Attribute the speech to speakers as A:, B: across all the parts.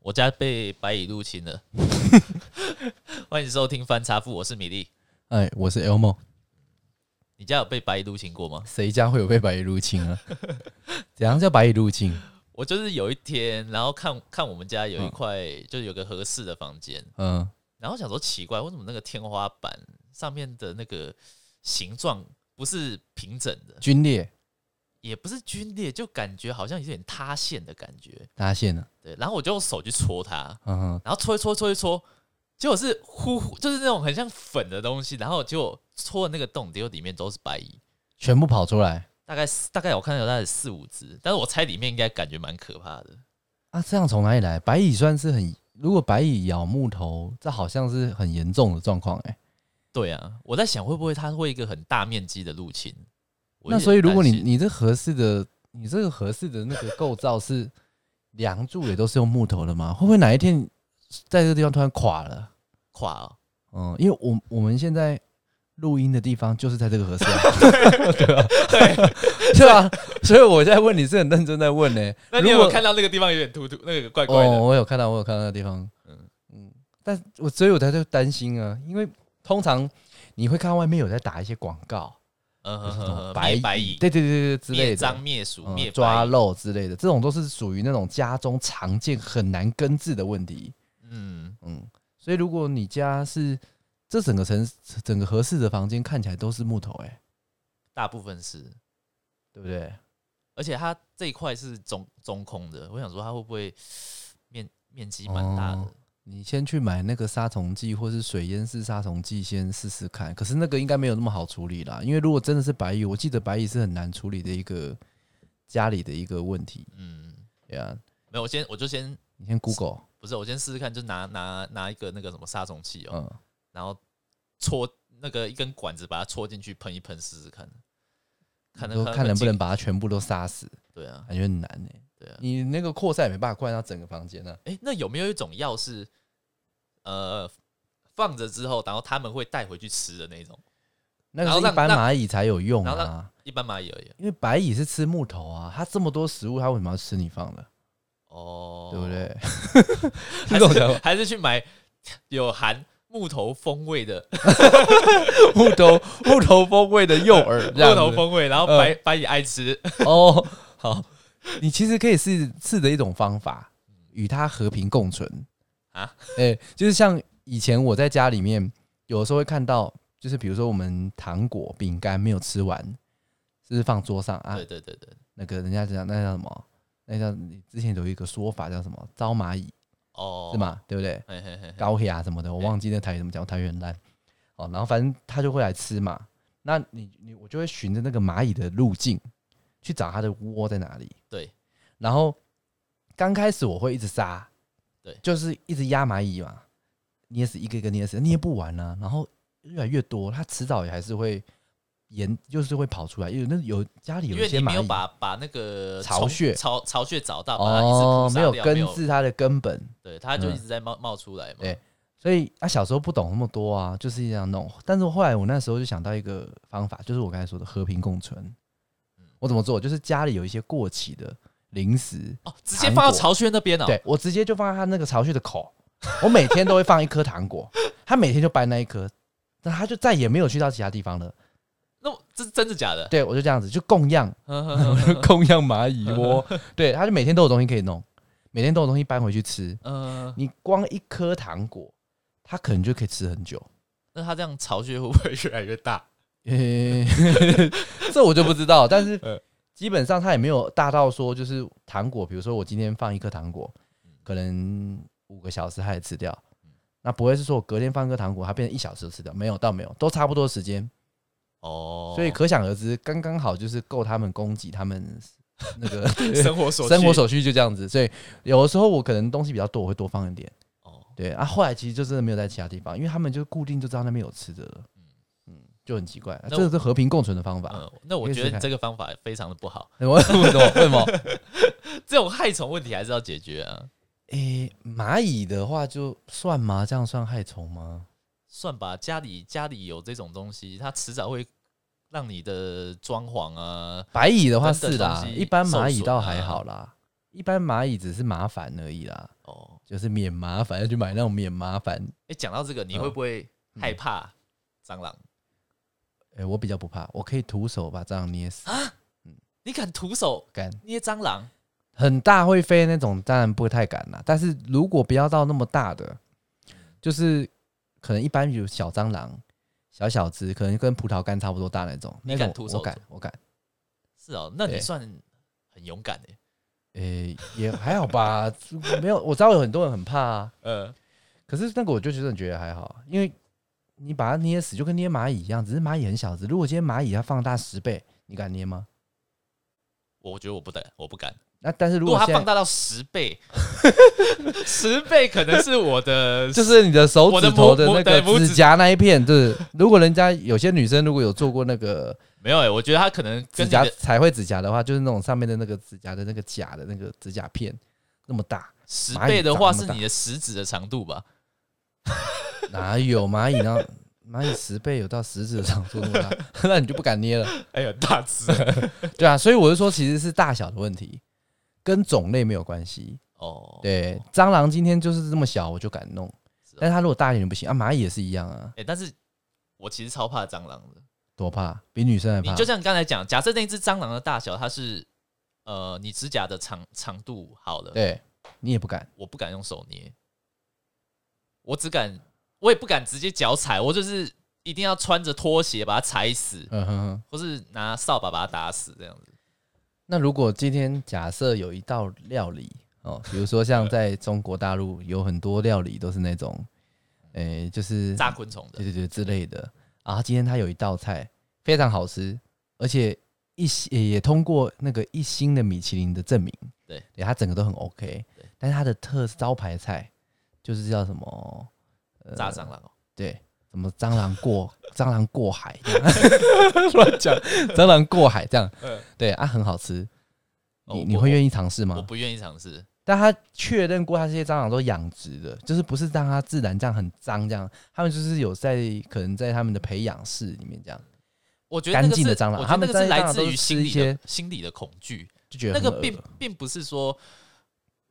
A: 我家被白蚁入侵了。 欢迎收听《翻查富》，我是米粒。
B: 哎，我是 Elmo，
A: 你家有被白蚁入侵过吗？
B: 谁家会有被白蚁入侵 啊？怎样叫白蚁入侵？
A: 我就是有一天，然后看看我们家有一块，就是有个合适的房间，
B: 嗯，
A: 然后想说奇怪，为什么那个天花板上面的那个形状不是平整的，
B: 皲裂
A: 也不是皲裂，就感觉好像有点塌陷的感觉。
B: 搭线了，
A: 对，然后我就用手去戳它，
B: 嗯哼，
A: 然后搓一搓搓一搓，结果是呼呼，就是那种很像粉的东西，然后结果搓的那个洞，结果里面都是白蚁，
B: 全部跑出来
A: 大概大概我看到有大概四五只，但是我猜里面应该感觉蛮可怕的。
B: 啊！这样从哪里来？白蚁算是很，如果白蚁咬木头，这好像是很严重的状况哎。
A: 对啊，我在想会不会它会一个很大面积的入侵。我有
B: 那
A: 点
B: 所以如果你
A: 担心
B: 你这合适的，你这个合适的那个构造是梁柱也都是用木头的吗？会不会哪一天在这个地方突然垮了？
A: 垮哦，
B: 嗯，因为我我们现在录音的地方就是在这个 合适啊，对 吧？对，是吧？所以我在问你是很认真在问呢、
A: 那你有
B: 如
A: 没
B: 果
A: 有看到那个地方有点突突，那个怪怪的？
B: 哦，我有看到，我有看到那个地方，嗯
A: 嗯
B: 嗯，但我所以我才在担心啊，因为通常你会看到外面有在打一些广告，
A: 嗯
B: 就是
A: 哼
B: 什
A: 哼
B: 么
A: 哼，
B: 白
A: 灭白蚁
B: 对对对对之类
A: 灭
B: 的
A: 蟑、。灭鼠、
B: 嗯
A: 灭
B: 抓
A: 白蚁，
B: 漏之类的，这种都是属于那种家中常见很难根治的问题。
A: 嗯，
B: 嗯，所以如果你家是这整个城整个合适的房间看起来都是木头、欸，哎，
A: 大部分是。
B: 对不对？
A: 而且它这一块是中中空的，我想说它会不会面面积蛮大的？
B: 哦你先去买那个杀虫剂或是水淹式杀虫剂先试试看，可是那个应该没有那么好处理啦，因为如果真的是白蚁，我记得白蚁是很难处理的一个家里的一个问题。
A: 嗯，
B: 对啊，
A: 没有，我先我就先
B: 你先 Google，
A: 不是，我先试试看，就拿拿拿一个那个什么杀虫器哦，
B: 嗯，
A: 然后戳那个一根管子把它戳进去喷一喷试试看，看那
B: 说
A: 个
B: 看能不能
A: 把
B: 把它全部都杀死，
A: 对啊
B: 感觉很难呢、
A: 对啊，
B: 你那个扩散也没办法扩散到整个房间啊。
A: 哎、那有没有一种药是呃放着之后，然后他们会带回去吃的那种？
B: 那个
A: 然后
B: 是一
A: 让
B: 般
A: 让
B: 蚂蚁才有用
A: 然后
B: 啊，
A: 一般蚂蚁而已
B: 因为白蚁是吃木头啊，它这么多食物，它为什么要吃你放的？
A: 哦，
B: 对不？ 对？
A: 还
B: 这种想
A: 是
B: 法
A: 还是去买有含木头风味的
B: 木头木头风味的诱饵，这样
A: 木
B: 子
A: 头风味，然后
B: 呃
A: 白、白蚁爱吃。
B: 哦，好，你其实可以试试的一种方法，与它和平共存
A: 啊。
B: 哎、就是像以前我在家里面，有的时候会看到，就是比如说我们糖果、饼干没有吃完，就是放桌上啊
A: 对，对对对，
B: 那个人家讲那叫什么？那叫你之前有一个说法叫什么“招蚂蚁”
A: 哦，
B: 是？吗？对不对？
A: 嘿嘿嘿嘿，
B: 高血啊什么的，我忘记那台语怎么讲，我台语很烂。哦，然后反正他就会来吃嘛。那你你我就会循着那个蚂蚁的路径去找它的窝在哪里。
A: 对，
B: 然后刚开始我会一直杀，
A: 对
B: 就是一直压蚂蚁嘛，捏死一个一个捏死，捏不完啊呢、然后越来越多，它迟早也还是会沿，就是会跑出来。有那有家里有
A: 因
B: 一
A: 为
B: 些
A: 你没
B: 蚂
A: 有
B: 蚁
A: 把把那个
B: 巢
A: 虫
B: 穴
A: 巢巢穴找到，把它一直
B: 哦
A: 扑，杀
B: 没有
A: 掉
B: 根，治它的根本，
A: 对，它就
B: 嗯
A: 一直在冒冒出来嘛。
B: 对所以啊，小时候不懂那么多啊，就是这样弄。但是后来我那时候就想到一个方法，就是我刚才说的和平共存。我怎么做？就是家里有一些过期的零食，
A: 哦，直接放到
B: 糖果
A: 巢穴那边哦。
B: 对我直接就放在他那个巢穴的口，我每天都会放一颗糖 果，他每天就掰那一颗，那他就再也没有去到其他地方了。
A: 那我这是真的假的？
B: 对我就这样子，就供养
A: 呵呵呵
B: 供养蚂蚁窝， 对，他就每天都有东西可以弄，每天都有东西搬回去吃。
A: 嗯，
B: 你光一颗糖果，他可能就可以吃很久。
A: 那它这样巢穴会不会越来越大？
B: 诶、 这我就不知道， 但是
A: 呃
B: 基本上它也没有大到说就是糖果，比如说我今天放一颗糖果，
A: 嗯
B: 可能五个小时它也吃掉，那不会是说我隔天放一颗糖果，它变成一小时就吃掉，没有，倒没有，都差不多时间，
A: 哦，
B: 所以可想而知，刚刚好就是够他们供给他们那 个
A: 生活所
B: 生活
A: 需
B: 所需，就这样子。所以有的时候我可能东西比较多，我会多放一点。
A: 哦，
B: 对啊，后来其实就真的没有在其他地方，因为他们就固定就知道那边有吃的了，嗯就很奇怪，啊
A: 那
B: 这
A: 我
B: 个是和平共存的方法。
A: 嗯，那我
B: 可以
A: 觉
B: 试
A: 得
B: 看
A: 你这个方法非常的不好，
B: 我为 什么？为什么？
A: 这种害虫问题还是要解决啊，
B: 诶、蚂蚁的话就算吗？这样算害虫吗？
A: 算吧，家里家里有这种东西，它迟早会让你的装潢啊，啊
B: 白蚁的话
A: 真的
B: 是啦
A: 东，西
B: 一般蚂蚁
A: 受损
B: 倒
A: 啊
B: 还好啦。一般蚂蚁只是麻烦而已啦，
A: 哦，
B: 就是免麻烦，要去买那种免麻烦。
A: 哎，讲到这个，你
B: 嗯
A: 会不会害怕蟑螂？
B: 哎、我比较不怕，我可以徒手把蟑螂捏死，
A: 啊你敢徒手
B: 干
A: 捏蟑螂？
B: 很大会飞那种，当然不太敢啦。但是如果不要到那么大的，就是可能一般，比如小蟑螂，小小只，可能跟葡萄干差不多大那种，
A: 你
B: 那
A: 敢
B: 种
A: 徒手
B: 我敢，我敢。
A: 是哦，那你
B: 对
A: 算很勇敢欸的。
B: 诶、也还好吧，没有，我知道有很多人很怕啊，
A: 呃，
B: 可是那个我就觉得觉得还好，因为你把它捏死就跟捏蚂蚁一样，只是蚂蚁很小只。如果今天蚂蚁它放大十倍，你敢捏吗？
A: 我觉得我不敢，我不敢。
B: 那但是如
A: 如果它
B: 现在
A: 放大到十倍，十倍可能是我的，
B: 就是你的手指头的
A: 我
B: 那
A: 的
B: 个
A: 拇拇对拇指
B: 指甲那一片，就是如果人家有些女生如果有做过那个
A: 没有哎、我觉得它可能跟
B: 指
A: 你
B: 甲
A: 的
B: 彩绘指甲的话，就是那种上面的那个指甲的那个甲的那个指甲片那么大，
A: 十
B: 蚂蚁
A: 倍的话
B: 长那
A: 是
B: 么大
A: 你的食指的长度 吧？
B: 哪有蚂蚁呢？蚂蚁十倍有到食指的长度那么大， 那你就不敢捏了。
A: 哎呀，大只
B: 对啊，所以我就说，其实是大小的问题，跟种类没有关系。
A: 哦，
B: 对，蟑螂今天就是这么小，我就敢弄
A: 是啊。
B: 但是它如果大一点就不行啊，蚂蚁也是一样啊，
A: 哎、但是我其实超怕蟑螂的。
B: 多怕，比女生还
A: 你
B: 怕。
A: 就像刚才讲，假设那只蟑螂的大小它是呃你指甲的长长度好了，
B: 对你也不敢，
A: 我不敢用手捏，我只敢，我也不敢直接脚踩，我就是一定要穿着拖鞋把它踩死，
B: 嗯哼哼。
A: 或是拿扫把把它打死这样子。
B: 那如果今天假设有一道料理哦，比如说像在中国大陆有很多料理都是那种，诶、就是
A: 炸昆虫的
B: 嗯对对对之类的啊，今天它有一道菜非常好吃，而且一星也也通过那个一星的米其林的证明，
A: 对，
B: 对，它整个都很 OK，
A: 对
B: 但是它的特招牌菜就是叫什么？呃
A: 炸蟑螂哦，
B: 对，什么蟑螂过蟑螂过海 这样，乱讲， 蟑螂过海这样，
A: 嗯
B: 对啊，很好吃。
A: 哦
B: 你
A: 我
B: 你会愿意尝试
A: 我
B: 吗？
A: 不愿意尝试。
B: 但他确认过，他这些蟑螂都养殖的，就是不是让它自然这样很脏这样，他们就是有在可能在他们的培养室里面这样，
A: 我觉得那个
B: 干净
A: 是，
B: 的蟑螂
A: 我觉
B: 他
A: 得
B: 们
A: 那个是
B: 在
A: 来
B: 蟑螂
A: 自
B: 都
A: 于
B: 是
A: 心
B: 吃一
A: 理的
B: 些
A: 心理的恐惧，
B: 就觉得
A: 那个
B: 很恶
A: 并并不是说。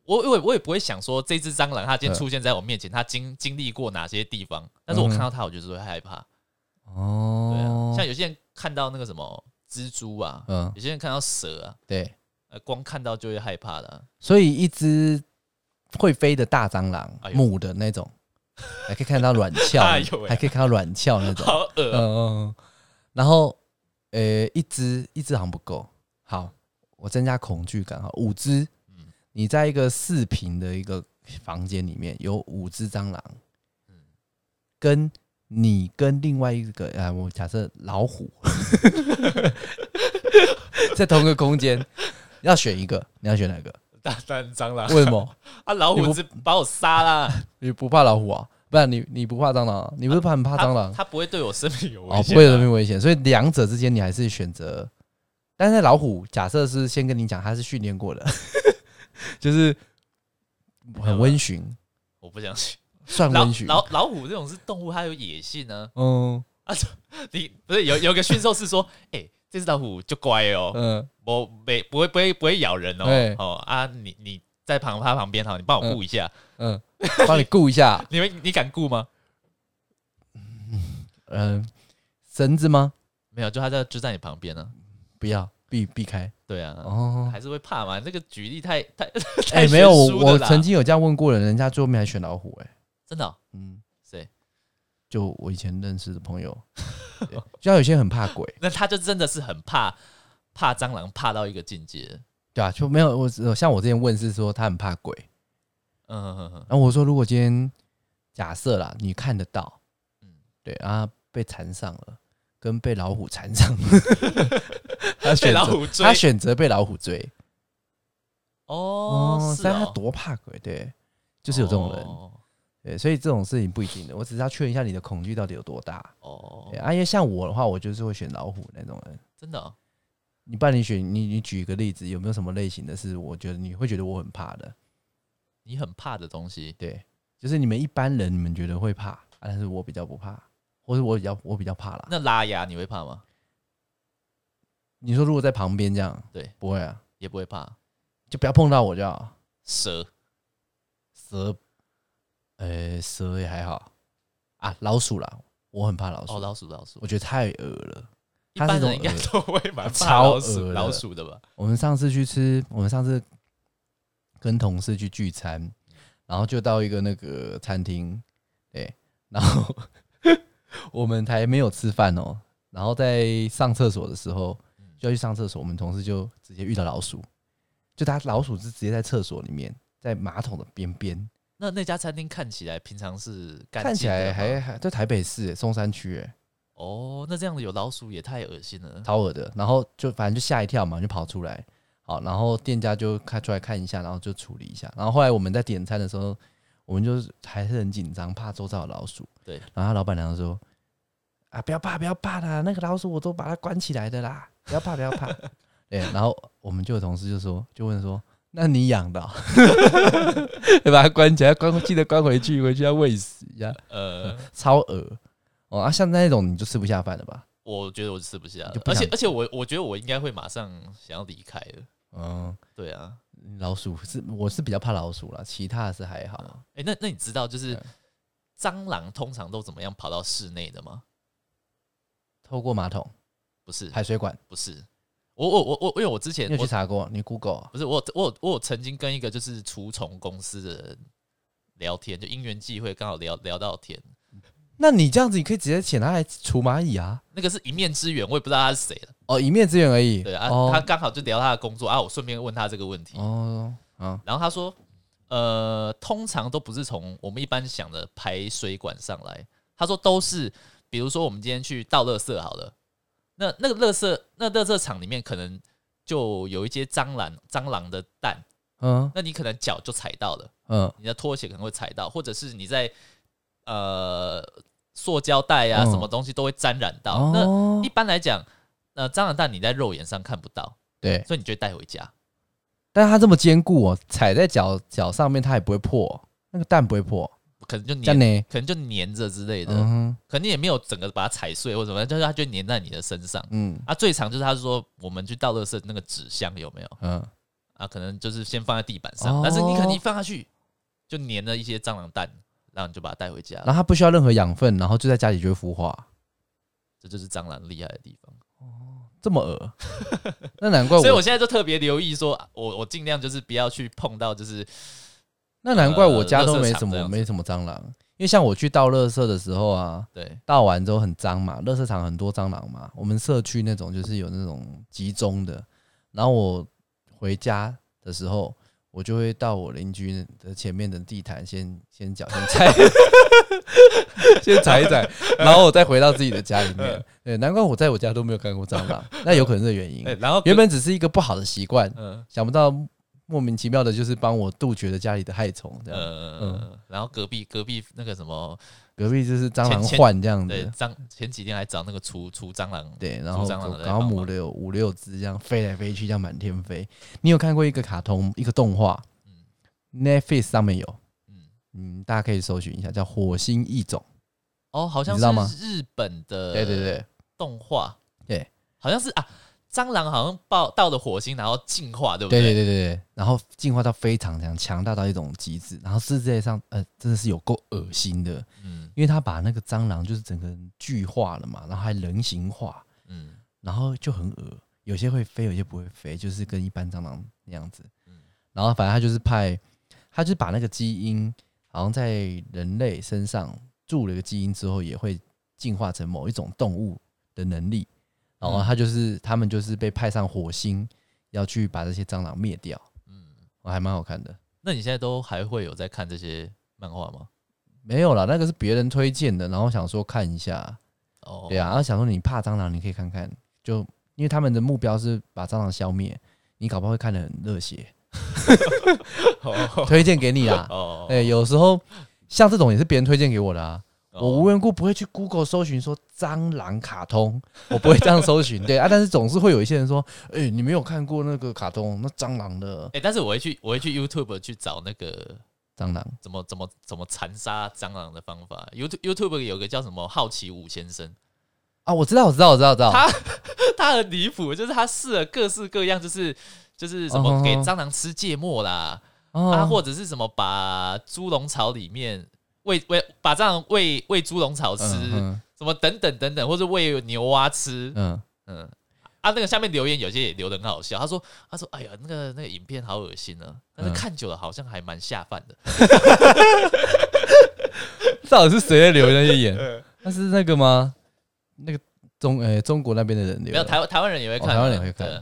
A: 我我也我也不会想说这只蟑螂它
B: 嗯
A: 今天出现在我面前，它经经历过哪些地方？但是我
B: 嗯哼
A: 看到它，我就是会害怕。对啊，
B: 哦，
A: 像有些人看到那个什么蜘蛛啊，
B: 嗯
A: 有些人看到蛇啊，
B: 对，
A: 呃，光看到就会害怕的啊、
B: 所以一只会飞的大蟑螂，
A: 哎呦
B: 母的那种，还可以看 到卵鞘，
A: 哎呦喂
B: 还可以看到卵鞘那种，
A: 好恶
B: 嗯
A: 啊、
B: 嗯嗯，然后呃，一只一只好像不够，好，我增加恐惧感哈，五只
A: 嗯，
B: 你在一个四平的一个房间里面有五只蟑螂
A: 嗯，
B: 跟你跟另外一个啊、呃我假设老虎 在同一个空间，要选一个，你要选哪个？
A: 大蛋嗯蟑螂
B: 为什么？
A: 啊，老虎
B: 你不
A: 是把我杀啦，
B: 你不怕老虎啊？不然你你不怕蟑螂、啊？你不是怕很怕蟑螂？
A: 它不会对我生命有危
B: 哦，
A: 险、啊
B: 不会有人命危险，所以两者之间你还是选择。但是老虎假设是先跟你讲，它是训练过的， 就是很温驯，
A: 我不相信。
B: 算
A: 老
B: 温驯。
A: 老老虎这种是动物，它有野性呢、
B: 嗯
A: 啊。你不是有有个驯兽师说， 哎、这只老虎就乖哦，
B: 嗯，
A: 我没不会不会不会咬人哦
B: 对。
A: 哦啊，你你在旁它旁边哈，你帮我顾一下。
B: 嗯，帮你顾一下。
A: 你们你敢顾吗？
B: 嗯、绳子吗？
A: 没有，就它在就在你旁边呢、
B: 不要，避避开。
A: 对啊，
B: 哦，
A: 还是会怕嘛？这个举例太太
B: 哎、
A: 太
B: 没有，我
A: 悬殊了
B: 我
A: 啦
B: 曾经有这样问过人，人家最后面还选老虎、哎，
A: 真的哦
B: 嗯，
A: 谁？
B: 就我以前认识的朋友， 对就像有些人很怕鬼。
A: 那他就真的是很怕怕蟑螂，怕到一个境界。
B: 对啊，就没有我只像我之前问是说他很怕鬼，
A: 嗯哼哼，
B: 然后我说如果今天假设啦，你看得到，
A: 嗯
B: 嗯，对啊，被缠上了，跟被老虎缠上， 他
A: 被
B: 选
A: 老
B: 择
A: 虎追
B: 他选择被老虎追，
A: 哦，是
B: 但他
A: 哦，
B: 多怕鬼，对，就是有这种人，
A: 哦
B: 对，所以这种事情不一定的，我只是要确认一下你的恐惧到底有多大，
A: 哦
B: 对，啊，因为像我的话，我就是会选老虎那种人。
A: 真的哦
B: 你不然你选你你举一个例子，有没有什么类型的是我觉得你会觉得我很怕的？
A: 你很怕的东西，
B: 对，就是你们一般人，你们觉得会怕，啊但是我比较不怕，或者我比较我比较怕啦。
A: 那拉牙你会怕吗？
B: 你说如果在旁边这样，
A: 对，
B: 不会啊，
A: 也不会怕。
B: 就不要碰到我就好。
A: 蛇
B: 蛇，呃，蛇也还好啊，老鼠啦，我很怕老鼠，
A: 哦，老鼠老鼠
B: 我，觉得太恶了。
A: 一
B: 它是
A: 般
B: 一种
A: 人应该
B: 鹅
A: 都会蛮怕
B: 超
A: 老
B: 鹅
A: 鼠
B: 的
A: 老鼠的吧？
B: 我们上次去吃，我们上次跟同事去聚餐，然后就到一个那个餐厅，对，然后 我们还没有吃饭哦，然后在上厕所的时候
A: 嗯
B: 就要去上厕所，我们同事就直接遇到老鼠，就他老鼠是直接在厕所里面，在马桶的边边，
A: 那那家餐厅看起来平常是干
B: 看起
A: 净的
B: 来
A: 吗
B: 还还在台北市耶松山区哎，
A: 哦，那这样的有老鼠也太恶心了。
B: 超恶的，然后就反正就吓一跳嘛，就跑出来。好，然后店家就看出来看一下，然后就处理一下。然后后来我们在点餐的时候，我们就是还是很紧张，怕周遭有老鼠。
A: 对
B: 然后他老板娘就说：“啊，不要怕，不要怕啦，那个老鼠我都把它关起来的啦，不要怕，不要怕。”对，然后我们就有同事就说，就问说：“那你养的、哦？” 对把它关起来，关记得关回去，回去要喂食一下，
A: 呃，
B: 超恶哦啊！像那种你就吃不下饭了吧？
A: 我觉得我吃不下
B: 就
A: 了，
B: 不
A: 而且
B: 想
A: 而且我我觉得我应该会马上想要离开的。
B: 嗯，
A: 对啊，
B: 老鼠是我是比较怕老鼠啦，其他的是还好。
A: 哎、那那你知道就是
B: 对
A: 蟑螂通常都怎么样跑到室内的吗？
B: 透过马桶、
A: 不是，
B: 排水管，
A: 不是。我我我我，因为我之前
B: 你有去
A: 我
B: 查过？你 Google 啊
A: 不是我有我有我有曾经跟一个就是除虫公司的人聊天，就因缘际会刚好聊聊到天，
B: 那你这样子，你可以直接请他来除蚂蚁啊。
A: 那个是一面之缘，我也不知道他是谁了。
B: 哦，一面之缘而已。
A: 对啊，他
B: 哦
A: 刚好就聊他的工作啊，我顺便问他这个问题，
B: 哦啊，
A: 然后他说，呃，通常都不是从我们一般想的排水管上来，他说都是，比如说我们今天去倒垃圾好了，那那个垃圾那垃圾场里面可能就有一些蟑螂蟑螂的蛋，
B: 嗯
A: 那你可能脚就踩到了。
B: 嗯
A: 你的拖鞋可能会踩到，或者是你在呃塑胶袋啊、
B: 嗯
A: 什么东西都会沾染到。
B: 哦
A: 那一般来讲，呃，蟑螂蛋你在肉眼上看不到，
B: 对，
A: 所以你就带回家。
B: 但是它这么坚固哦，踩在脚脚上面它也不会破，那个蛋不会破，
A: 可能就
B: 这
A: 粘，
B: 样呢？
A: 可能就粘着之类的，
B: 嗯哼
A: 可能你也没有整个把它踩碎或什么，就是它就粘在你的身上。
B: 嗯
A: 啊，最常就是他说我们去倒垃圾那个纸箱有没有
B: 嗯，
A: 啊？可能就是先放在地板上，
B: 哦
A: 但是你可能一放下去就粘了一些蟑螂蛋，然后你就把它带回家
B: 然，后它不需要任何养分，然后就在家里就会孵化，
A: 这就是蟑螂厉害的地方。
B: 这么恶， 那难怪
A: 所以我
B: 我，
A: 现在就特别留意说，啊我我尽量就是不要去碰到，就是
B: 那难怪我
A: 呃
B: 家
A: 垃圾
B: 都没
A: 场
B: 什
A: 这
B: 么
A: 样子
B: 没什么蟑螂，因为像我去倒垃圾的时候啊，
A: 对
B: 倒完之后很脏嘛，垃圾场很多蟑螂嘛，我们社区那种就是有那种集中的。然后我回家的时候，我就会到我邻居的前面的地毯先先脚先踩， 先踩一踩，然后我再回到自己的家里面。对，难怪我在我家都没有看过蟑螂，那有可能是这个原因
A: 对，。哎然后
B: 嗯原本只是一个不好的习惯，
A: 嗯
B: 想不到莫名其妙的就是帮我杜绝了家里的害虫。这样，嗯
A: 呃，然后隔壁隔壁那个什么，
B: 隔壁就是蟑螂
A: 前前
B: 患这样子
A: 对。蟑前几天还找那个除除蟑螂，
B: 嗯对，然
A: 除
B: 后
A: 蟑螂的在
B: 然后
A: 帮
B: 母
A: 忙
B: 的有五六只这样飞来飞去，这样满天飞。你有看过一个卡通，一个动画、n e t f l i x 上面有，
A: 嗯，
B: 嗯，大家可以搜寻一下，叫《火星异种
A: 哦，好像
B: 你知道吗
A: 是日本》。的
B: 对对对，
A: 动画，
B: 对，
A: 好像是啊，蟑螂好像到到了火星，然后进化，对不
B: 对对
A: 对
B: 对对对。然后进化到非常强，强大到一种极致。然后世界上，呃，真的是有够恶心的，
A: 嗯
B: 因为他把那个蟑螂就是整个人巨化了嘛，然后还人形化，
A: 嗯
B: 然后就很恶，有些会飞，有些不会飞，就是跟一般蟑螂那样子。
A: 嗯
B: 然后反正他就是派，他就是把那个基因，好像在人类身上注了一个基因之后，也会进化成某一种动物的能力。
A: 嗯
B: 然后他就是、他们就是被派上火星，要去把这些蟑螂灭掉，
A: 嗯，
B: 哦还蛮好看的。
A: 那你现在都还会有在看这些漫画吗？
B: 没有啦，那个是别人推荐的，然后想说看一下，
A: 哦，
B: 对啊，然后想说你怕蟑螂，你可以看看，就因为他们的目标是把蟑螂消灭，你搞不好会看得很热血，
A: 哦，
B: 推荐给你啦。
A: 哦，
B: 哎、有时候像这种也是别人推荐给我的啊。我
A: 哦
B: 无缘故不会去 Google 搜寻说蟑螂卡通，我不会这样搜寻， 对啊，但是总是会有一些人说，哎、你没有看过那个卡通，那蟑螂的
A: 哎、但是我会去，我会去 YouTube 去找那个
B: 蟑螂，
A: 怎么怎么怎么残杀蟑螂的方法。YouTube YouTube 有个叫什么好奇五先生，
B: 啊，我知道，我知道，我知道，我知道，
A: 他很离谱，就是他试了各式各样，就是就是什
B: 哦
A: 么
B: 哦
A: 给蟑螂吃芥末啦，
B: 哦
A: 啊，或者是什么把猪笼草里面喂喂把蟑螂喂喂猪笼草吃，
B: 嗯
A: 什么等等等等，或者喂牛蛙吃
B: 嗯，嗯，
A: 嗯。啊，那个下面留言有些也留的很好笑。他说：“他说，哎呀，那个那个影片好恶心啊，但是
B: 嗯
A: 看久了好像还蛮下饭的。
B: 到底是谁在留那些言？ 那是那个吗？那个中呃中国那边的人留
A: 没有
B: 的。
A: 台湾台湾人也会看啊、
B: 哦台湾人也会看
A: 对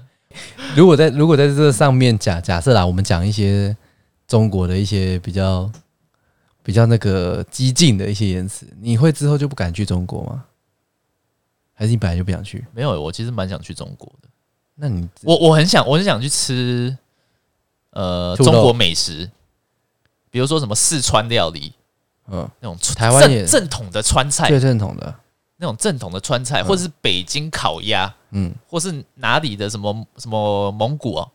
B: 如果在如果在这上面假假设啦，我们讲一些中国的一些比较比较那个激进的一些言辞，你会之后就不敢去中国吗？还是你本来就不想去？
A: 没有，我其实蛮想去中国的。
B: 那你
A: 我我很想，我很想去吃，呃，
B: 兔肉
A: 中国美食，比如说什么四川料理
B: 嗯，
A: 那种川
B: 台湾也
A: 正正统的川菜，
B: 最正统的，
A: 那种正统的川菜，
B: 嗯
A: 或者是北京烤鸭，
B: 嗯，
A: 或是哪里的什么什么蒙古哦，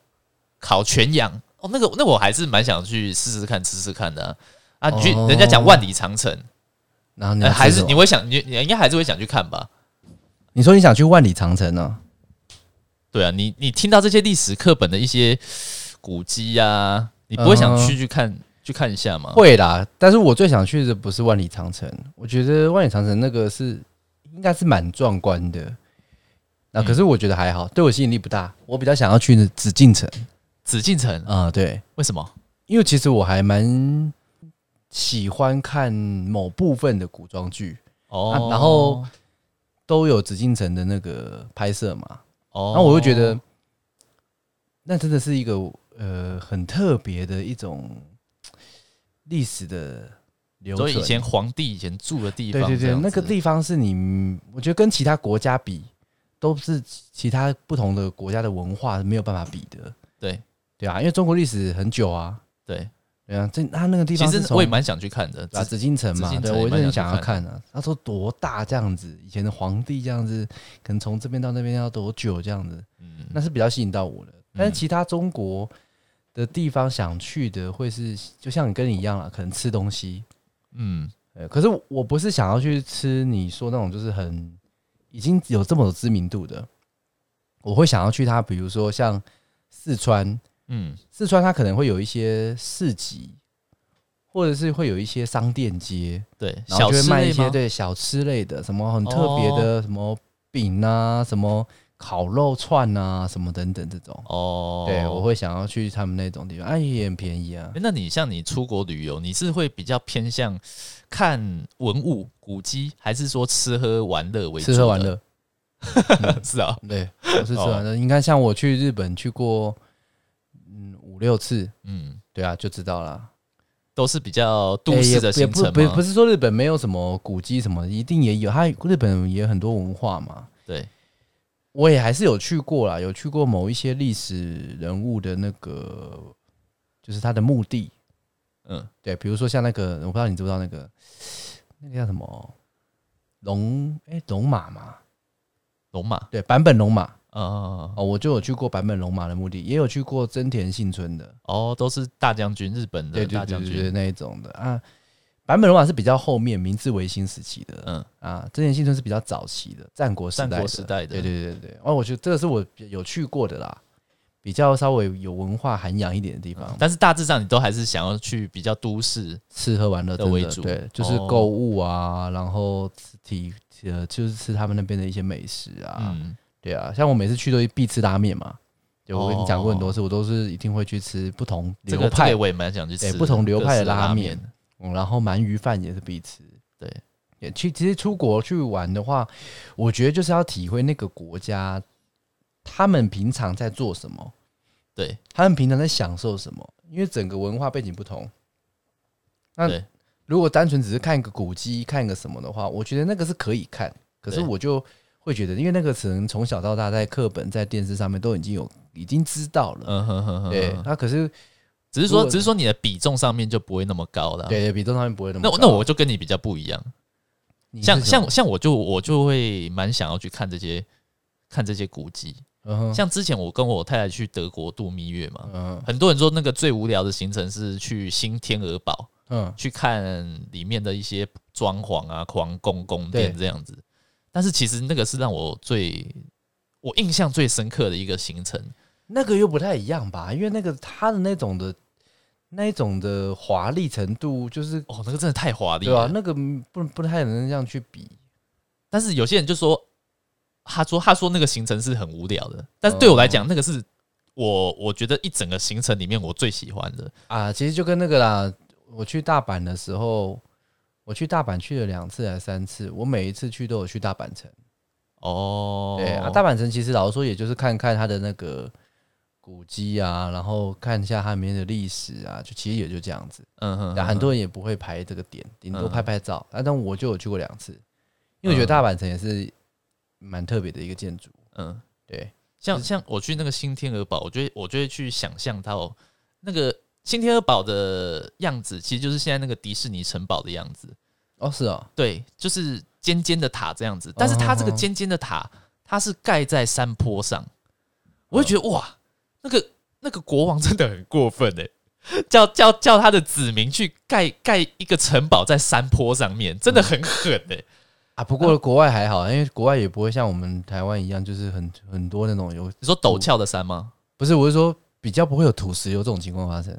A: 烤全羊哦，那个那我还是蛮想去试试看吃吃看的啊。啊你去、
B: 哦
A: 人家讲万里长城，
B: 然后你
A: 呃
B: 要
A: 还
B: 吃
A: 是
B: 什么
A: 你会想你你应该还是会想去看吧？
B: 你说你想去万里长城呢、
A: 对啊，你你听到这些历史课本的一些古迹啊，你不会想去去看、去看一下吗？
B: 嗯会啦，但是我最想去的不是万里长城，我觉得万里长城那个是应该是蛮壮观的。
A: 嗯
B: 那、可是我觉得还好，对我吸引力不大。我比较想要去的紫禁城
A: 紫禁城
B: 啊、对，
A: 为什么？
B: 因为其实我还蛮喜欢看某部分的古装剧，
A: 哦、
B: 啊然后都有紫禁城的那个拍摄嘛。
A: 哦，
B: 然后我就觉得，那真的是一个呃很特别的一种历史的流
A: 所
B: 程。
A: 以以前皇帝以前住的地
B: 对
A: 方，
B: 对
A: 这
B: 对，
A: 样子
B: 那个地方是你，我觉得跟其他国家比，都是其他不同的国家的文化没有办法比的。
A: 对
B: 对啊，因为中国历史很久啊，
A: 对，
B: 对啊，这它那个地
A: 其
B: 方是
A: 实
B: 从
A: 我也蛮想去看的。
B: 啊
A: 紫
B: 紫禁城嘛，
A: 紫禁
B: 对
A: 城
B: 我
A: 也
B: 就
A: 蛮
B: 很
A: 想
B: 想
A: 去
B: 要看啊。他说多大这样子，以前的皇帝这样子，可能从这边到那边要多久这样子，
A: 嗯，
B: 那是比较吸引到我的。但是其他中国的地方想去的，会是就像你跟你一样啊，可能吃东西，
A: 嗯，
B: 呃，可是我我不是想要去吃你说那种就是很已经有这么有知名度的，我会想要去它，比如说像四川，
A: 嗯，
B: 四川它可能会有一些市集，或者是会有一些商店街，
A: 对，
B: 然后
A: 小
B: 就会
A: 吃
B: 卖一
A: 类
B: 些
A: 吗？哦
B: 对小吃类的，什么很特别的、什么饼啊，什么烤肉串啊，什么等等这种。
A: 哦，
B: 对，我会想要去他们那种地方，哎、也很便宜啊
A: 诶。那你像你出国旅游，你是会比较偏向看文物古迹，还是说吃喝玩乐为主？
B: 吃喝玩，乐，
A: 是啊，
B: 对，我 是吃完的。你看，像我去日本去过，嗯，五六次，
A: 嗯，
B: 对啊，就知道啦。
A: 都是比较都
B: 诶
A: 市
B: 也
A: 的
B: 也
A: 行
B: 不
A: 程
B: 不
A: 吗？
B: 不是说日本没有什么古迹什么，一定也有。它日本也有很多文化嘛，
A: 对，
B: 我也还是有去过啦，有去过某一些历史人物的那个，就是他的墓地。
A: 嗯，
B: 对，比如说像那个，我不知道你知不知道那个，那个叫什么龙？哎、龙马嘛，
A: 龙马，
B: 对，坂本龙马
A: 啊、
B: 哦，我就有去过坂本龙马的墓地，也有去过真田幸村的。
A: 哦，都是大将军，日本的
B: 对对
A: 大
B: 对
A: 将
B: 对
A: 军，
B: 对那一种的啊。版本罗马是比较后面明治维新时期的
A: 嗯，
B: 啊，真田幸村是比较早期的战国时代
A: 战
B: 的。
A: 国时代的，
B: 对对对对，哦，我觉得这个是我有去过的啦，比较稍微有文化涵养一点的地方，
A: 但是大致上你都还是想要去比较都市，
B: 吃喝玩乐
A: 的
B: 真
A: 为
B: 的
A: 主
B: 对，就是
A: 哦
B: 购物啊，然后吃体呃就是吃他们那边的一些美食啊，
A: 嗯，
B: 对啊，像我每次去都必吃拉面嘛，对我跟你讲过很多
A: 哦
B: 次，我都是一定会去吃不同
A: 这
B: 流
A: 个这
B: 派
A: 个我也蛮想去吃
B: 对
A: 的，
B: 不同流派
A: 各
B: 的
A: 式的
B: 拉
A: 面
B: 面，，嗯，然后鳗鱼饭也是必吃。
A: 对，
B: 也去其实出国去玩的话，我觉得就是要体会那个国家他们平常在做什么，
A: 对
B: 他们平常在享受什么，因为整个文化背景不同。那
A: 对
B: 如果单纯只是看一个古迹、看一个什么的话，我觉得那个是可以看，可是
A: 对
B: 我就会觉得，因为那个可能从小到大在课本、在电视上面都已经有已经知道了。
A: 嗯哼哼哼，
B: 对，那可是
A: 只是
B: 如
A: 说
B: 果
A: 只是说你的比重上面就不会那么高了，
B: 对，比重上面不会那么
A: 嗯那
B: 高
A: 那我就跟你比较不一样，
B: 你是
A: 像
B: 什么
A: 像像我就我就会蛮想要去看这些看这些古迹，
B: 嗯哼
A: 像之前我跟我太太去德国度蜜月嘛，
B: 嗯
A: 很多人说那个最无聊的行程是去新天鹅堡
B: 嗯
A: 去看里面的一些装潢啊、皇宫宫殿
B: 对
A: 这样子，但是其实那个是让我最我印象最深刻的一个行程，
B: 那个又不太一样吧，因为那个它的那种的那一种的华丽程度，就是
A: 哦，那个真的太华丽
B: 对吧、啊
A: 了。
B: 那个嗯不不太能这样去比。
A: 但是有些人就说，他说他说那个行程是很无聊的，但是对我来
B: 哦
A: 讲，那个是我我觉得一整个行程里面我最喜欢的。
B: 啊，其实就跟那个啦，我去大阪的时候，我去大阪去了两次还是三次，我每一次去都有去大阪城。
A: 哦，
B: 对啊，大阪城其实老实说，也就是看看它的那个古迹啊，然后看一下它里面的历史啊，就其实也就这样子。
A: 嗯哼，
B: 但
A: 嗯
B: 很多人也不会排这个点，顶多
A: 嗯
B: 拍拍照。啊，但我就有去过两次，因为我觉得
A: 嗯
B: 大阪城也是蛮特别的一个建筑。
A: 嗯，
B: 对，
A: 像像我去那个新天鹅堡，我就会我就会去想象到那个新天鹅堡的样子，其实就是现在那个迪士尼城堡的样子。
B: 哦，是哦，
A: 对，就是尖尖的塔这样子，但是它这个尖尖的塔，它是盖在山坡上，我就觉得哇，那个那个国王真的很过分哎、 叫叫叫他的子民去盖盖一个城堡在山坡上面，真的很狠哎、
B: 啊，不过国外还好，因为国外也不会像我们台湾一样，就是很很多那种有
A: 你说陡峭的山吗？
B: 不是，我是说比较不会有土石流这种情况发生。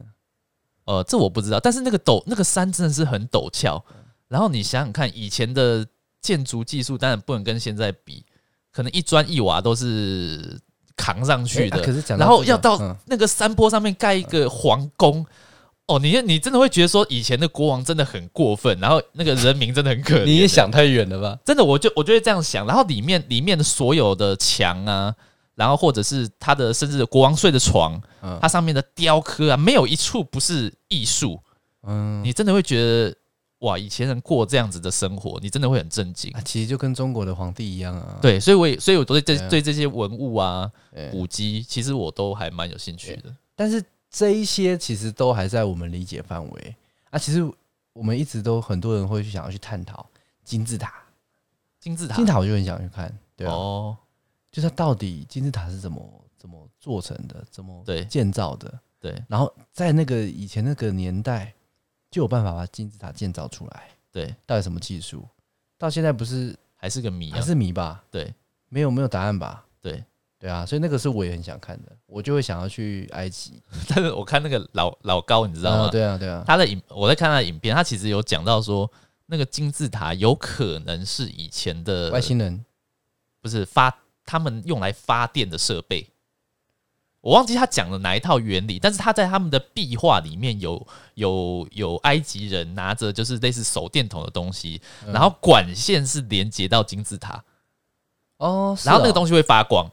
A: 呃，这我不知道，但是那个陡那个山真的是很陡峭。
B: 嗯
A: 然后你想想看，以前的建筑技术当然不能跟现在比，可能一砖一瓦都是扛上去的。
B: 诶啊可是讲到这个、
A: 然后要到
B: 嗯
A: 那个山坡上面盖一个皇宫。哦，你你真的会觉得说以前的国王真的很过分，然后那个人民真的很可怜。欸
B: 你也想太远了吧？
A: 真的，我就我就会这样想。然后里面里面的所有的墙啊，然后或者是他的甚至国王睡的床，
B: 嗯
A: 它上面的雕刻啊，没有一处不是艺术。
B: 嗯，
A: 你真的会觉得哇，以前人过这样子的生活，你真的会很震惊
B: 啊，。其实就跟中国的皇帝一样啊。
A: 对，所以我也所以我都对
B: 对
A: 这
B: 啊
A: 对这些文物啊、
B: 对
A: 古迹，其实我都还蛮有兴趣的。
B: 但是这一些其实都还在我们理解范围啊。其实我们一直都很多人会去想要去探讨金字塔，
A: 金字塔，
B: 金字塔我就很想去看，对啊，
A: 哦，
B: 就是它到底金字塔是怎么怎么做成的，怎么
A: 对
B: 建造的，
A: 对
B: 然后在那个以前那个年代就有办法把金字塔建造出来，
A: 对，
B: 到底什么技术？到现在不是
A: 还是个谜啊
B: 还。是谜吧？
A: 对
B: 没有没有答案吧？
A: 对，
B: 对啊，所以那个是我也很想看的，我就会想要去埃及，
A: 但是我看那个老老高，你知
B: 知
A: 道吗？
B: 对啊，对啊，
A: 他的影，我在看他的影片，他其实有讲到说，那个金字塔有可能是以前的
B: 外星人
A: 不是发他们用来发电的设备。我忘记他讲了哪一套原理，但是他在他们的壁画里面有有有埃及人拿着就是类似手电筒的东西，
B: 嗯
A: 然后管线是连接到金字塔，
B: 哦，
A: 然后那个
B: 西
A: 东西会发光，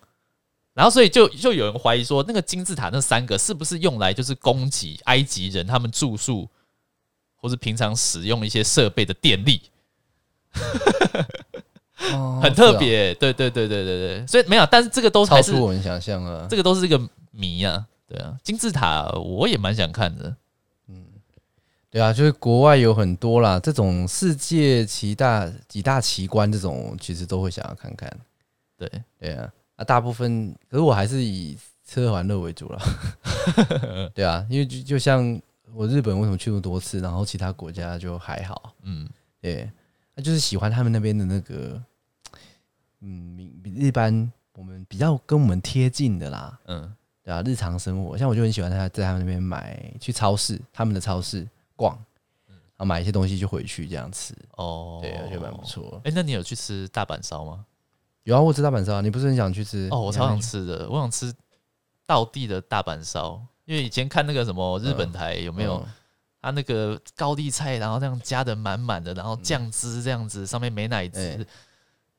A: 然后所以就就有人怀疑说，那个金字塔那三个是不是用来就是供给埃及人他们住宿或是平常使用一些设备的电力？
B: 哦
A: 很特、别、对对对对对对，所以没有，但是这个都
B: 啊超
A: 还是
B: 出我们想象啊了。
A: 这个都是一个谜啊。对啊，金字塔我也蛮想看的。
B: 对啊，就是国外有很多啦，这种世界奇大几大奇观这种，其实都会想要看看。
A: 对，
B: 对啊，啊，大部分可是我还是以吃喝玩乐为主 了。对啊，因为就就像我日本为什么去那么多次，然后其他国家就还好。
A: 嗯，
B: 对，那就是喜欢他们那边的那个，嗯，民一般我们比较跟我们贴近的啦，
A: 嗯
B: 对啊，日常生活，像我就很喜欢他在他们那边买，去超市他们的超市逛，然后买一些东西就回去这样吃，
A: 哦，
B: 对、啊，就蛮不。错。
A: 哎、那你有去吃大阪烧吗？
B: 有啊，我吃大阪烧，你不是很想去吃？
A: 哦，我
B: 你
A: 超
B: 还没
A: 想吃的，我想吃道地的大阪烧，因为以前看那个什么日本台有
B: 去
A: 没有，
B: 嗯
A: 它那个高丽菜，然后这样加的满满的，然后酱汁这样子，上面美乃滋，
B: 嗯哎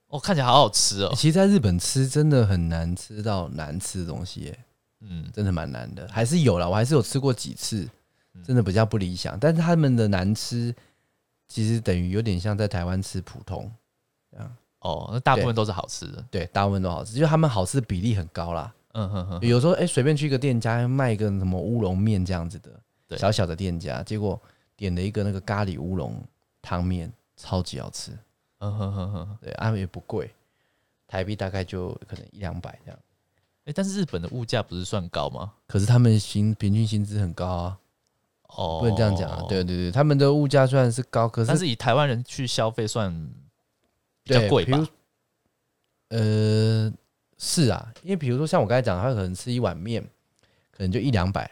A: 哦，看起来好好吃哦。
B: 其实，在日本吃真的很难吃到难吃的东西耶，
A: 嗯，
B: 真的蛮难的。还是有啦，我还是有吃过几次
A: 嗯，
B: 真的比较不理想。但是他们的难吃，其实等于有点像在台湾吃普通，
A: 哦，那大部
B: 对
A: 分都是好吃的。
B: 对，大部分都好吃，就是他们好吃的比例很高啦。
A: 嗯哼哼，
B: 有时候哎，随、便去一个店家卖一个什么乌龙面这样子
A: 对
B: 的，小小的店家，结果点了一个那个咖喱乌龙汤面，超级好吃。
A: 嗯哼哼哼。
B: 对，啊也不贵，台币大概就可能一两百这样。
A: 哎、但是日本的物价不是算高吗？
B: 可是他们薪平均薪资很高啊，
A: 哦，
B: 不能这样讲啊。对对对，他们的物价虽然是高，可
A: 但
B: 是
A: 是以台湾人去消费算比较
B: 对
A: 贵
B: 比
A: 吧
B: 如呃，是啊，因为比如说像我刚才讲，他可能吃一碗面，可能就一两百，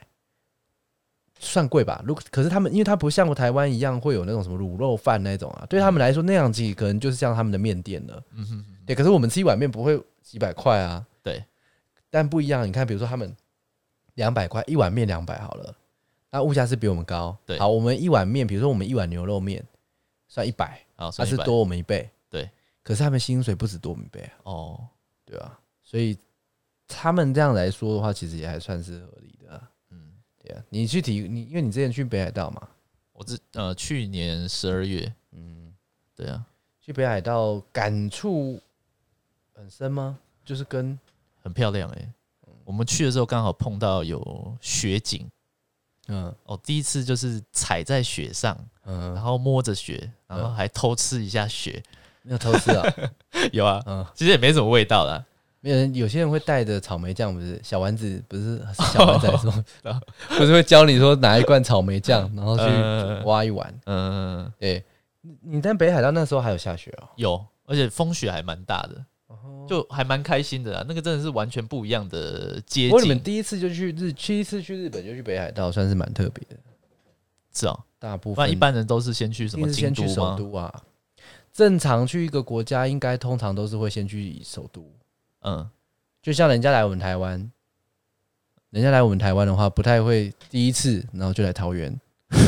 B: 算贵吧。如可是他们，因为他不像台湾一样会有那种什么卤肉饭那种啊，对他们来说那样子可能就是像他们的面店了。
A: 嗯哼哼，
B: 对，可是我们吃一碗面不会几百块啊，
A: 对，
B: 但不一样。你看，比如说他们两百块一碗面，两百好了，那物价是比我们高。
A: 对
B: 好，我们一碗面，比如说我们一碗牛肉面算一百，
A: 好，
B: 它
A: 哦算
B: 是
A: 100
B: 多我们一倍。
A: 对，
B: 可是他们薪水不止多我们一倍啊。
A: 哦，
B: 对啊，所以他们这样来说的话，其实也还算是合理的啊。
A: 嗯，
B: 对啊，你去体你，因为你之前去北海道嘛，
A: 我之呃去年十二月，
B: 嗯，
A: 对啊，
B: 去北海道感触很深吗？就是跟
A: 很漂亮哎、我们去的时候刚好碰到有雪景，
B: 嗯
A: 哦，第一次就是踩在雪上，然
B: 嗯，
A: 后摸着雪，然后
B: 嗯
A: 还偷吃一下雪，
B: 没有偷吃啊，
A: 有啊，
B: 嗯，
A: 其实也没什么味道啦，
B: 没有人，有些人会带着草莓酱，不是小丸子，不是是小丸子来说，不是会教你说拿一罐草莓酱，然后
A: 哦嗯
B: 去挖一碗。
A: 嗯，
B: 对，你你在北海道那时候还有下雪哦，
A: 有，而且风雪还蛮大的，就还蛮开心的啊。那个真的是完全不一样的街
B: 不过你们
A: 景，
B: 第一次就去日，第一次去日本就去北海道，算是蛮特别的。
A: 是哦。
B: 大部
A: 不然
B: 分
A: 一般人都是先去什
B: 一
A: 么
B: 定是先
A: 京
B: 去
A: 都
B: 首
A: 吗？
B: 都啊。正常去一个国家，应该通常都是会先去首都。
A: 嗯，
B: 就像人家来我们台湾，人家来我们台湾的话，不太会第一次，然后就来桃园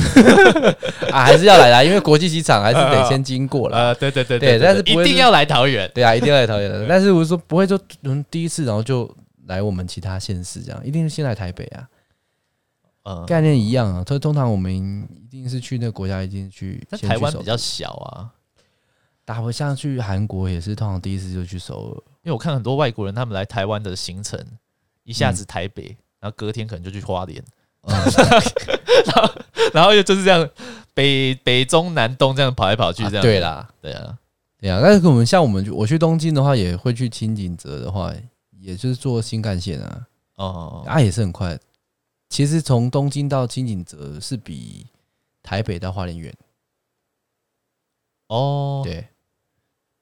B: 啊，还是要来啦，因为国际机场还是得先经过啦。
A: 啊，对对对
B: 对但是不
A: 一
B: 会
A: 定
B: 是
A: 要来桃园。
B: 对啊，一定要来桃园的。但是我说不会说嗯第一次，然后就来我们其他县市这样，一定是先来台北啊，
A: 嗯，
B: 概念一样啊。通通常我们一定是去那个国家，一定去
A: 但
B: 先
A: 台
B: 去
A: 湾
B: 首
A: 比较小啊，
B: 打不像去韩国也是，通常第一次就去首尔。
A: 因为我看很多外国人他们来台湾的行程，一下
B: 嗯
A: 子台北，然后隔天可能就去花 莲， 然后又就是这样北北中南东这样跑来跑去这样。
B: 啊对，啦，
A: 对啊，
B: 对啊。但是我们像我们去我去东京的话，也会去青井泽的话，也就是坐新干线啊，
A: 哦，
B: 啊也是很快。其实从东京到青井泽是比台北到花莲远，
A: 哦，
B: 对。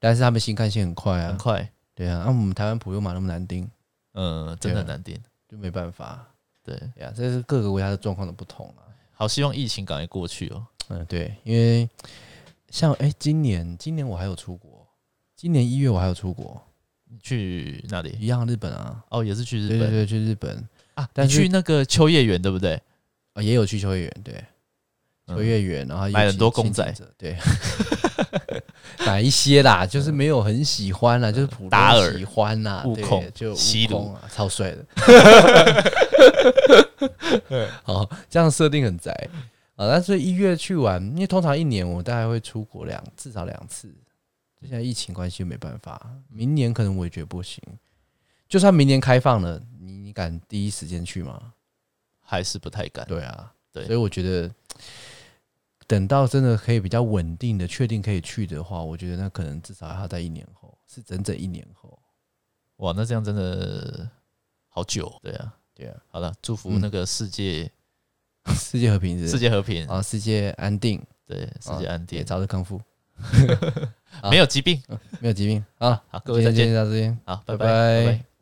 B: 但是他们新干线很快
A: 很
B: 啊，
A: 快，
B: 对啊。那、我们台湾普悠玛那么难订，
A: 嗯，真的
B: 对啊
A: 很难定。
B: 就没办法。
A: 对，
B: 对啊，这是各个国家的状况的不同啊。
A: 好希望疫情赶快过去哦。
B: 嗯，对，因为像哎、今年今年我还有出国，今年一月我还有出国，
A: 你去哪里？
B: 一样日本啊，
A: 哦，也是去日
B: 对
A: 本
B: 对对，去日本
A: 啊？
B: 但
A: 你
B: 是
A: 去那个秋叶原对不对？
B: 啊，也有去秋叶原，对，
A: 嗯
B: 秋叶原，然后
A: 买
B: 有
A: 了
B: 骑
A: 很多公
B: 骑
A: 仔
B: 自行车，对， 买一些啦，就是没有很喜欢啦，就是普通
A: 达尔
B: 喜欢啦，
A: 嗯悟
B: 对
A: 空
B: 就
A: 西
B: 悟
A: 鲁
B: 空啊，超帅的， 好，这样设定很宅啊。但是一月去玩，因为通常一年我大概会出国两至少两次，就现在疫情关系没办法，明年可能我也觉得不行。就算明年开放了，你你敢第一时间去吗？
A: 还是不太敢。
B: 对啊，
A: 对
B: 所以我觉得等到真的可以比较稳定的确定可以去的话，我觉得那可能至少要在一年后，是整整一年后。
A: 哇，那这样真的好久。对啊，
B: 对啊，
A: 好了，祝福
B: 嗯
A: 那个世界、
B: 世界和平日，
A: 世界和平，
B: 啊，世界安定，
A: 对，世界安
B: 也
A: 定，
B: 早日康复，啊
A: 没有疾病。
B: 没有疾病啊。
A: 好，各位再
B: 啊今
A: 见。
B: 天就到这边。
A: 好，
B: 拜
A: 拜拜
B: 拜
A: 拜